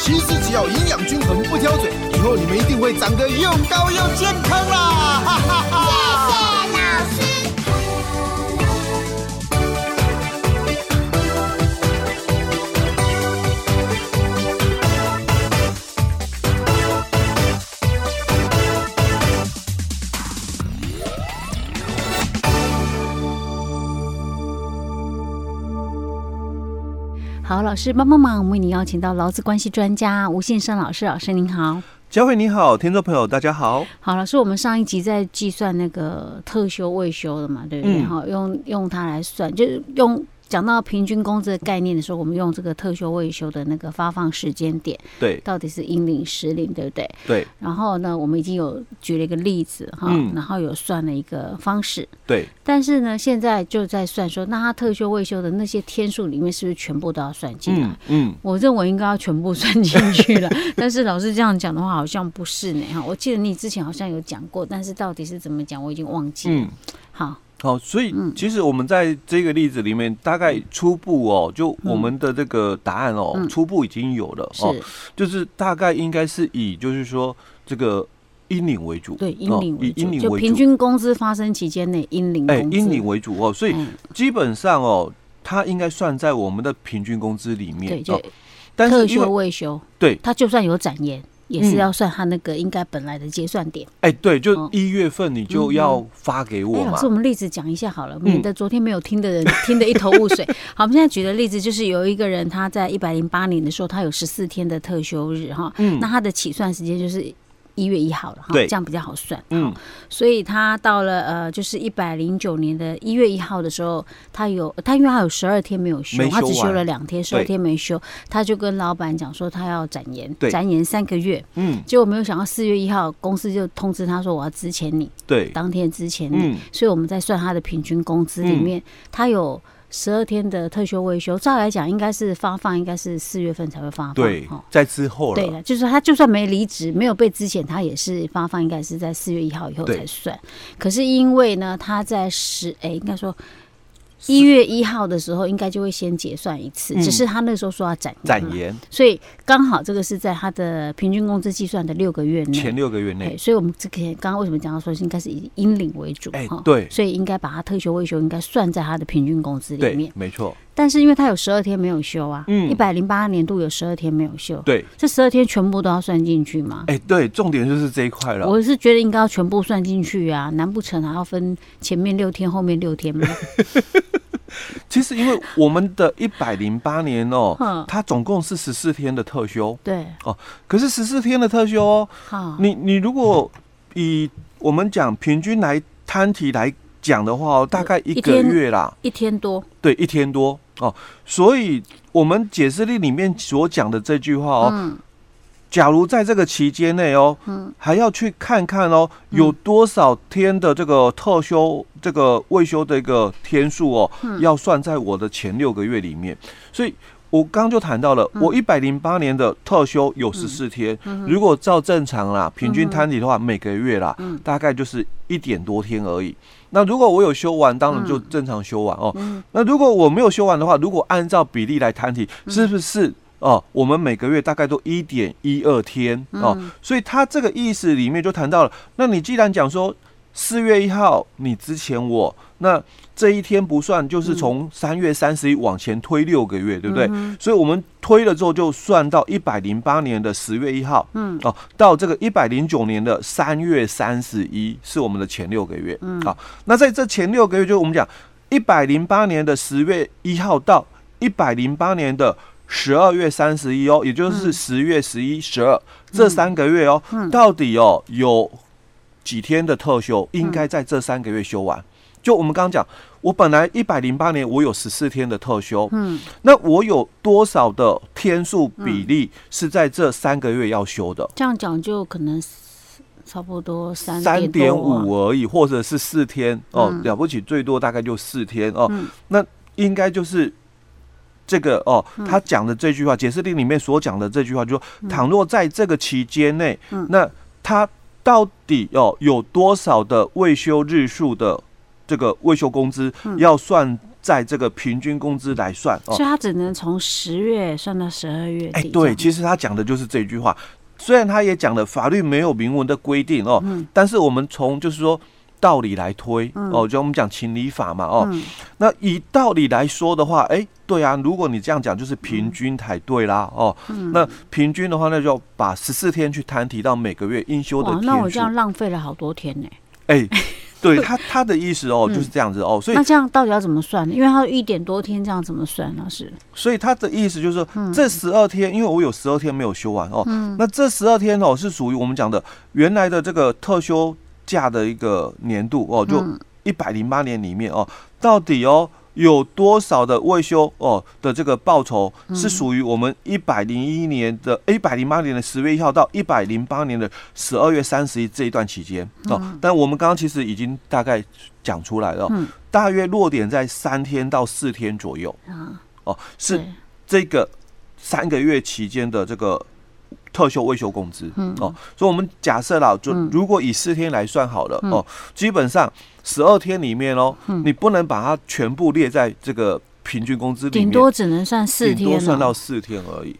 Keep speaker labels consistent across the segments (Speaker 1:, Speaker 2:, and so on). Speaker 1: 其实只要营养均衡，不挑嘴，以后你们一定会长得又高又健康啦！哈哈哈
Speaker 2: 谢谢老师。
Speaker 3: 好，老师帮帮忙，我们为您邀请到劳资关系专家吴信生老师。老师您好，
Speaker 4: 佳慧你好，听众朋友大家好。
Speaker 3: 好，老师，我们上一集在计算那个特休未休的嘛，对不对？
Speaker 4: 嗯
Speaker 3: 好、用用它来算，就是用。讲到平均工资的概念的时候，我们用这个特休未休的那个发放时间点，
Speaker 4: 对
Speaker 3: 到底是应领实领，对不对？
Speaker 4: 对
Speaker 3: 然后呢，我们已经有举了一个例子哈，
Speaker 4: 嗯
Speaker 3: 然后有算了一个方式，
Speaker 4: 对，
Speaker 3: 但是呢，现在就在算说，那他特休未休的那些天数里面，是不是全部都要算进来？
Speaker 4: 嗯嗯，
Speaker 3: 我认为应该要全部算进去了， 但是老师这样讲的话，好像不是呢哈。我记得你之前好像有讲过，但是到底是怎么讲，我已经忘记了。
Speaker 4: 嗯
Speaker 3: 好，
Speaker 4: 好，所以
Speaker 3: 嗯
Speaker 4: 其实我们在这个例子里面，大概初步哦，就我们的这个答案哦，
Speaker 3: 嗯
Speaker 4: 初步已经有了
Speaker 3: 是、
Speaker 4: 哦，就是大概应该是以就是说这个英领为主，
Speaker 3: 对英领
Speaker 4: 哦
Speaker 3: 为
Speaker 4: 以
Speaker 3: 主，
Speaker 4: 英领
Speaker 3: 就
Speaker 4: 为
Speaker 3: 平
Speaker 4: 主，
Speaker 3: 均工资发生期间内英领
Speaker 4: 哎，
Speaker 3: 工资。
Speaker 4: 英领为主哦，所以
Speaker 3: 哎
Speaker 4: 基本上哦，它应该算在我们的平均工资里面
Speaker 3: 对，就
Speaker 4: 哦，但
Speaker 3: 特
Speaker 4: 是因
Speaker 3: 休
Speaker 4: 为
Speaker 3: 未休，
Speaker 4: 对
Speaker 3: 他就算有展延，也是
Speaker 4: 嗯
Speaker 3: 要算他那个应该本来的结算点。
Speaker 4: 哎对，
Speaker 3: 哦
Speaker 4: 就一月份你就要发给
Speaker 3: 嗯哎，
Speaker 4: 我
Speaker 3: 老
Speaker 4: 嘛嗯
Speaker 3: 师，我，们例子讲一下好了，免得昨天没有听的人听得一头雾水。 好，我们现在举的例子就是有一个人他在一百零八年的时候，他有十四天的特休日哈，
Speaker 4: 嗯
Speaker 3: 那他的起算时间就是。一月一号了哈，
Speaker 4: 对
Speaker 3: 这样比较好算。
Speaker 4: 嗯
Speaker 3: 嗯，所以他到了呃，就是一百零九年的一月一号的时候，他有他因为他有十二天没有休，
Speaker 4: 没
Speaker 3: 他只
Speaker 4: 休完
Speaker 3: 休了两天，十二
Speaker 4: 对
Speaker 3: 天没休，他就跟老板讲说他要展延，
Speaker 4: 对
Speaker 3: 展延三个月。
Speaker 4: 嗯
Speaker 3: 结果没有想到四月一号公司就通知他说我要支钱你，
Speaker 4: 对，
Speaker 3: 当天支钱你。
Speaker 4: 嗯
Speaker 3: 所以我们在算他的平均工资里面，他有十二天的特休未休，照来讲应该是发放，应该是四月份才会发放。
Speaker 4: 对
Speaker 3: 哦，
Speaker 4: 在之后
Speaker 3: 对
Speaker 4: 了，
Speaker 3: 了，就是说他就算没离职，没有被之前，他也是发放，应该是在四月一号以后
Speaker 4: 对
Speaker 3: 才算。可是因为呢，他在十哎、应该说一月一号的时候，应该就会先结算一次，
Speaker 4: 嗯
Speaker 3: 只是他那时候说要展嘛
Speaker 4: 展，延
Speaker 3: 所以刚好这个是在他的平均工资计算的六个月内
Speaker 4: 前六个月
Speaker 3: 对，
Speaker 4: 内，
Speaker 3: 所以我们之前刚刚为什么讲到说应该是以英领为主
Speaker 4: 哎
Speaker 3: 哈
Speaker 4: 对
Speaker 3: 所以应该把他特休未休应该算在他的平均工资里
Speaker 4: 对
Speaker 3: 面，。
Speaker 4: 没错，
Speaker 3: 但是因为他有十二天没有休啊，
Speaker 4: 嗯
Speaker 3: 一百零八年度有十二天没有休，
Speaker 4: 对，
Speaker 3: 这十二天全部都要算进去吗？
Speaker 4: 哎，对，重点就是这一块了。
Speaker 3: 我是觉得应该要全部算进去啊，难不成还要分前面六天、后面六天 吗？
Speaker 4: 其实因为我们的一百零八年
Speaker 3: 嗯
Speaker 4: 哦，它总共是十四天的特休，
Speaker 3: 对，
Speaker 4: 可是十四天的特休哦，
Speaker 3: 好，
Speaker 4: 你你如果以我们讲平均来摊体来讲的话哦，大概一个
Speaker 3: 一天
Speaker 4: 月啦，
Speaker 3: 一天多，
Speaker 4: 对，一天多哦。所以我们解释力里面所讲的这句话哦，
Speaker 3: 嗯，
Speaker 4: 假如在这个期间内哦，还要去看看哦，有多少天的这个特休、这个未休的一个天数哦，要算在我的前六个月里面。所以我刚就谈到了，我一百零八年的特休有十四天，如果照正常啦，平均摊底的话，每个月啦，大概就是一点多天而已。那如果我有休完，当然就正常休完哦。那如果我没有休完的话，如果按照比例来摊体，是不是哦，我们每个月大概都一点一二天哦，所以他这个意思里面就谈到了，那你既然讲说四月一号你之前我，那这一天不算，就是从三月三十一往前推六个月，对不对？所以我们推了之后就算到一百零八年的十月一号，嗯，哦，到这个一百零九年的三月三十一是我们的前六个月，嗯，好、那在这前六个月，就我们讲一百零八年的十月一号到一百零八年的十二月三十一哦，也就是十月十一、十二这三个月哦，到底哦嗯有几天的特休应该在这三个月休完？就我们刚刚讲，我本来一百零八年我有十四天的特休，
Speaker 3: 嗯，
Speaker 4: 那我有多少的天数比例是在这三个月要休的？
Speaker 3: 这样讲就可能差不多三
Speaker 4: 三点
Speaker 3: 点多啊
Speaker 4: 五而已，或者是四天哦，
Speaker 3: 嗯
Speaker 4: 了不起最多大概就四天哦。
Speaker 3: 嗯
Speaker 4: 那应该就是这个哦，
Speaker 3: 嗯
Speaker 4: 他讲的这句话，解释令里面所讲的这句话，就说倘若在这个期间内，
Speaker 3: 嗯
Speaker 4: 那他到底哦有多少的未休日数的这个未休工资、
Speaker 3: 嗯
Speaker 4: 要算在这个平均工资来算哦
Speaker 3: 所以。他只能从十月算到十二月底。
Speaker 4: 哎，对，其实他讲的就是这句话。虽然他也讲了法律没有明文的规定哦，
Speaker 3: 嗯
Speaker 4: 但是我们从就是说道理来推、
Speaker 3: 嗯
Speaker 4: 哦，就我们讲情理法嘛哦。
Speaker 3: 哦，嗯
Speaker 4: 那以道理来说的话，哎、对啊，如果你这样讲，就是平
Speaker 3: 嗯
Speaker 4: 均才对啦哦。那平均的话，那就把十四天去摊提到每个月应休的
Speaker 3: 哇，那我这
Speaker 4: 天数。
Speaker 3: 样浪费了好多天呢。
Speaker 4: 哎、对他他的意思哦，就是这样子哦，所以
Speaker 3: 嗯那这样到底要怎么算呢？因为他一点多天，这样怎么算呢？是
Speaker 4: 所以他的意思就是说，
Speaker 3: 嗯
Speaker 4: 这十二天，因为我有十二天没有休完哦，那这十二天哦是属于我们讲的原来的这个特休假的一个年度哦，就
Speaker 3: 嗯
Speaker 4: 一百零八年里面哦，到底哦有多少的未休哦的这个报酬是属于我们一百零一年的一百零八年的十月一号到一百零八年的十二月三十一这一段期间哦，但我们刚刚其实已经大概讲出来了哦、
Speaker 3: 嗯
Speaker 4: 大约落点在三天到四天左右。
Speaker 3: 啊，
Speaker 4: 哦，是
Speaker 3: 对
Speaker 4: 这个三个月期间的这个特休未休工资、
Speaker 3: 嗯
Speaker 4: 哦，所以我们假设啦，就
Speaker 3: 嗯
Speaker 4: 如果以四天来算好了、哦，基本上十二天里面哦，
Speaker 3: 嗯
Speaker 4: 你不能把它全部列在这个平均工资里面，
Speaker 3: 顶多只能算四
Speaker 4: 顶多
Speaker 3: 天啊
Speaker 4: 算
Speaker 3: 了
Speaker 4: 到。四天而已。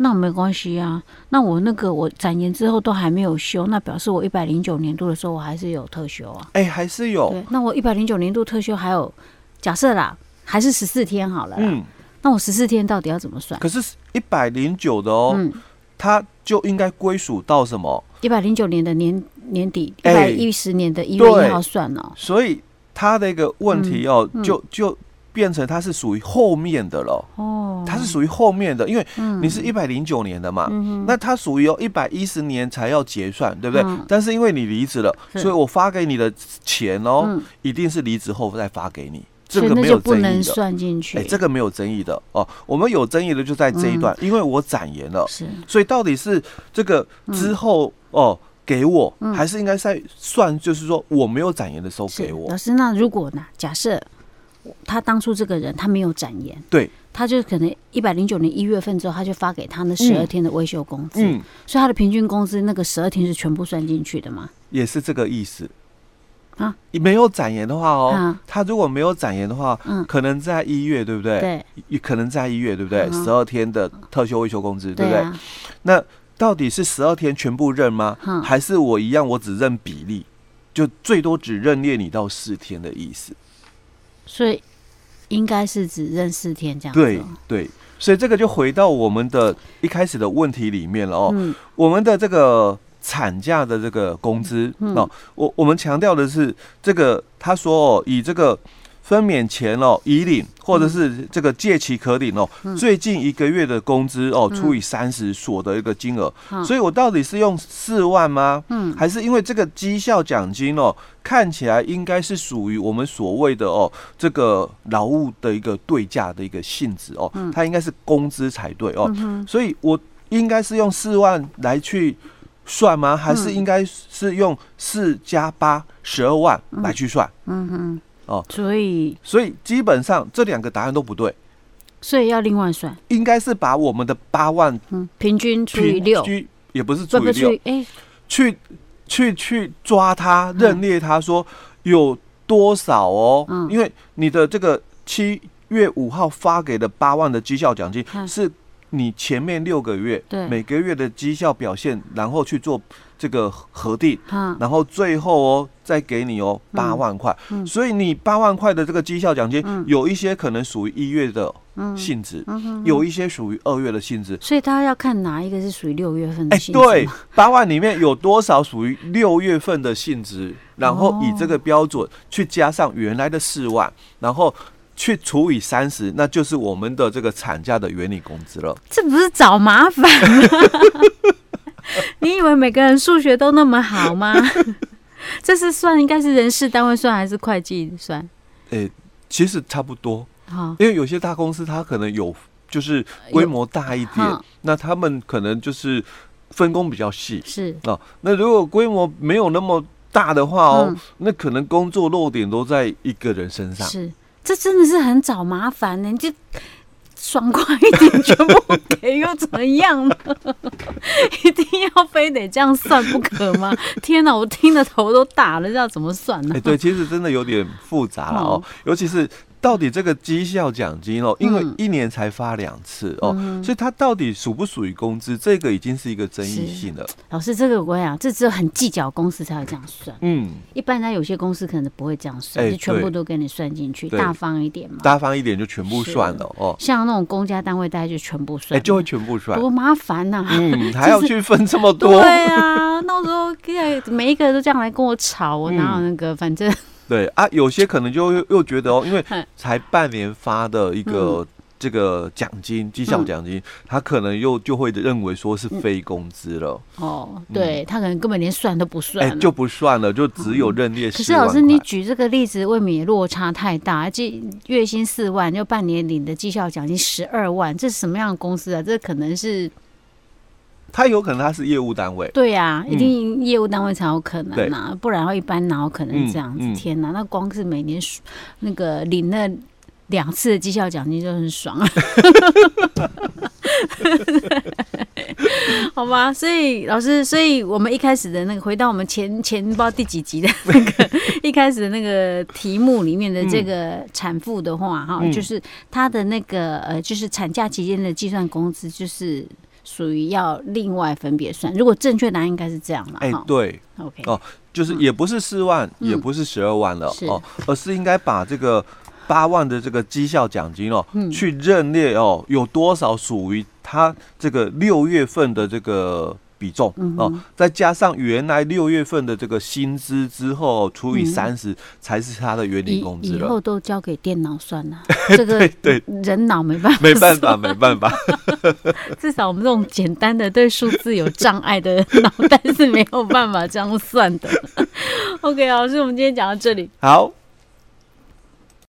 Speaker 3: 那没关系啊，那我那个我展延之后都还没有休，那表示我一百零九年度的时候我还是有特休啊。
Speaker 4: 哎、还是有，
Speaker 3: 对，那我一百零九年度特休还有假设啦，还是十四天好了啦。
Speaker 4: 嗯，
Speaker 3: 那我十四天到底要怎么算？
Speaker 4: 可是一百零九的哦，
Speaker 3: 嗯，
Speaker 4: 它就应该归属到什么？
Speaker 3: 一百零九年的年年底，一百
Speaker 4: 哎
Speaker 3: 一十年的一月一号算哦。
Speaker 4: 所以它的一个问题哦，
Speaker 3: 嗯嗯
Speaker 4: 就就变成它是属于后面的了。
Speaker 3: 哦，
Speaker 4: 它是属于后面的，因为
Speaker 3: 嗯
Speaker 4: 你是一百零九年的嘛，
Speaker 3: 嗯
Speaker 4: 那它属于有一百一十年才要结算，对不对？
Speaker 3: 嗯
Speaker 4: 但是因为你离职了，
Speaker 3: 是
Speaker 4: 所以我发给你的钱哦，
Speaker 3: 嗯
Speaker 4: 一定是离职后再发给你，这
Speaker 3: 所以
Speaker 4: 个
Speaker 3: 那
Speaker 4: 没
Speaker 3: 就
Speaker 4: 有
Speaker 3: 不
Speaker 4: 争
Speaker 3: 能
Speaker 4: 议的。
Speaker 3: 算进去。
Speaker 4: 哎，这个没有争议的哦。我们有争议的就在这一段，
Speaker 3: 嗯
Speaker 4: 因为我展延了，
Speaker 3: 是
Speaker 4: 所以到底是这个之后、哦给我，还是应该在算，就是说我没有展延的时
Speaker 3: 嗯
Speaker 4: 候
Speaker 3: 是
Speaker 4: 给我
Speaker 3: 老，师，那如果呢？假设他当初这个人他没有展延，
Speaker 4: 对，
Speaker 3: 他就可能一百零九年一月份之后，他就发给他那十二
Speaker 4: 嗯
Speaker 3: 天的维修工资，
Speaker 4: 嗯，
Speaker 3: 所以他的平均工资那个十二天是全部算进去的嘛？
Speaker 4: 也是这个意思。
Speaker 3: 啊，
Speaker 4: 没有展延的话哦，
Speaker 3: 啊
Speaker 4: 他如果没有展延的话，
Speaker 3: 嗯
Speaker 4: 可能在一月，对不对？，
Speaker 3: 对
Speaker 4: 也可能在一月，对不对？
Speaker 3: 嗯哼
Speaker 4: 十二天的特休未休工资，对不
Speaker 3: 对
Speaker 4: 对？
Speaker 3: 啊，
Speaker 4: 那到底是十二天全部认吗？
Speaker 3: 嗯
Speaker 4: 还是我一样，我只认比例，就最多只认列你到四天的意思？
Speaker 3: 所以应该是只认四天这样子
Speaker 4: 对
Speaker 3: 哦。
Speaker 4: 对，所以这个就回到我们的一开始的问题里面了哦。
Speaker 3: 嗯
Speaker 4: 我们的这个产假的这个工资、
Speaker 3: 嗯
Speaker 4: 哦，我我们强调的是这个，他说哦，以这个分娩前哦已领或
Speaker 3: 嗯
Speaker 4: 者是这个借期可领哦，最近一个月的工资哦、除以三十所得一个金额，
Speaker 3: 嗯
Speaker 4: 所以我到底是用四万吗？
Speaker 3: 嗯
Speaker 4: 还是因为这个绩效奖金哦，看起来应该是属于我们所谓的哦这个劳务的一个对价的一个性质哦，
Speaker 3: 嗯
Speaker 4: 它应该是工资才对哦，所以我应该是用四万来去算
Speaker 3: 嗯
Speaker 4: 吗？还是应该是用四加八十二万来去算？
Speaker 3: 嗯嗯，
Speaker 4: 哦
Speaker 3: 所以
Speaker 4: 所以基本上这两个答案都不对，
Speaker 3: 所以要另外算，
Speaker 4: 应该是把我们的八万
Speaker 3: 嗯，平均除以
Speaker 4: 平
Speaker 3: 六，
Speaker 4: 均也不是除
Speaker 3: 不
Speaker 4: 以
Speaker 3: 不除
Speaker 4: 六
Speaker 3: 以，哎，
Speaker 4: 去去去抓他，认列他说有多少哦？
Speaker 3: 嗯
Speaker 4: 因为你的这个七月五号发给的八万的绩效奖金
Speaker 3: 嗯
Speaker 4: 是。你前面六个月
Speaker 3: 对，
Speaker 4: 每个月的绩效表现，然后去做这个核定，
Speaker 3: 哈，
Speaker 4: 然后最后哦，再给你哦八万块，
Speaker 3: 嗯
Speaker 4: 所以你八万块的这个绩效奖金，
Speaker 3: 嗯
Speaker 4: 有一些可能属于一月的
Speaker 3: 嗯
Speaker 4: 性质，
Speaker 3: 嗯哼
Speaker 4: 有一些属于二月的性质。
Speaker 3: 所以大家要看哪一个是属于六月份的
Speaker 4: 哎、
Speaker 3: 薪资
Speaker 4: 对
Speaker 3: 嘛，
Speaker 4: 八万里面有多少属于六月份的性质？然后以这
Speaker 3: 哦
Speaker 4: 个标准去加上原来的四万，然后去除以三十，那就是我们的这个产假的原理工资了。
Speaker 3: 这不是找麻烦吗？ 你以为每个人数 学都那么好吗？这是算应该是人事单位算还是会计算？
Speaker 4: 诶、其实差不多，
Speaker 3: 好，
Speaker 4: 因为有些大公司它可能有就是规模大一点
Speaker 3: 呃哈，
Speaker 4: 那他们可能就是分工比较细
Speaker 3: 是
Speaker 4: 啊。那如果规模没有那么大的话哦，
Speaker 3: 嗯
Speaker 4: 那可能工作漏点都在一个人身上。
Speaker 3: 是，这真的是很找麻烦呢、你就爽快一点，全部给又怎样呢？ 一定要非得这样算不可吗？ 天哪，我听得头都大了，这要怎么算呢
Speaker 4: 哎、？对，其实真的有点复杂
Speaker 3: 嗯
Speaker 4: 了哦，尤其是到底这个绩效奖金哦，因为
Speaker 3: 嗯
Speaker 4: 一年才发两次哦，所以它到底属不属于工资，这个已经是一个争
Speaker 3: 是
Speaker 4: 议性了。
Speaker 3: 老师，这个我跟你讲，这只有很计较公司才会这样算，
Speaker 4: 嗯，
Speaker 3: 一般他有些公司可能不会这样算，
Speaker 4: 哎
Speaker 3: 就全部
Speaker 4: 对
Speaker 3: 都给你算进去，
Speaker 4: 对
Speaker 3: 大方一点嘛。
Speaker 4: 大方一点就全部算了哦，
Speaker 3: 像那种公家单位，大家就全部
Speaker 4: 哎、
Speaker 3: 算了，
Speaker 4: 就会全部算。
Speaker 3: 多麻烦呐、
Speaker 4: 嗯，还要
Speaker 3: 就是
Speaker 4: 去分这么多
Speaker 3: 对，啊，到时候给每一个都这样来跟我吵，
Speaker 4: 嗯
Speaker 3: 我哪有那个？反正
Speaker 4: 对啊，有些可能就又又觉得哦，因为
Speaker 3: 嗯
Speaker 4: 才半年发的一个这个奖金绩效奖
Speaker 3: 嗯
Speaker 4: 金，他可能又就会认为说是非工资了，
Speaker 3: 哦，对他可能根本连算都不算
Speaker 4: 嗯哎，
Speaker 3: 了。嗯
Speaker 4: 就不算了，就只有认列
Speaker 3: 可
Speaker 4: 10
Speaker 3: 是老
Speaker 4: 万块。
Speaker 3: 师，你举这个例子未免也落差太大，这月薪四万，就半年领的绩效奖金十二万，这是什么样的公司啊？这可能是
Speaker 4: 他有可能他是业务单位，
Speaker 3: 对啊，
Speaker 4: 嗯
Speaker 3: 一定业务单位才有可能啊，不然的话一般哪有可能这样子？
Speaker 4: 嗯嗯
Speaker 3: 天哪，那光是每年数那个领那两次的绩效奖金就很爽 啊。好吧，所以老师，所以我们一开始的那个，回到我们前前不知道第几集的那个 一开始的那个题目里面的这个产妇的话，哈、
Speaker 4: 嗯
Speaker 3: 就是她的那个呃，就是产假期间的计算工资，就是属于要另外分别算。如果正确答案应该是这样了，
Speaker 4: 哎
Speaker 3: 哈，、
Speaker 4: 对，
Speaker 3: o k
Speaker 4: 哦就是也不是四万，
Speaker 3: 嗯
Speaker 4: 也不是十二万了
Speaker 3: 是
Speaker 4: 哦，而是应该把这个八万的这个绩效奖金哦，
Speaker 3: 嗯
Speaker 4: 去认列哦，有多少属于他这个六月份的这个。比重
Speaker 3: 嗯哼
Speaker 4: 哦，再加上原来六月份的这个薪资之后除以
Speaker 3: 嗯
Speaker 4: 三十，才是他的原
Speaker 3: 以
Speaker 4: 领工资
Speaker 3: 以
Speaker 4: 了。
Speaker 3: 后都交给电脑算 了，这个
Speaker 4: 对
Speaker 3: 人脑没办法，
Speaker 4: 没办法，没办法，
Speaker 3: 至少我们这种简单的对数字有障碍的脑袋是没有办法这样算的。OK，老师，我们今天讲到这里。
Speaker 4: 好，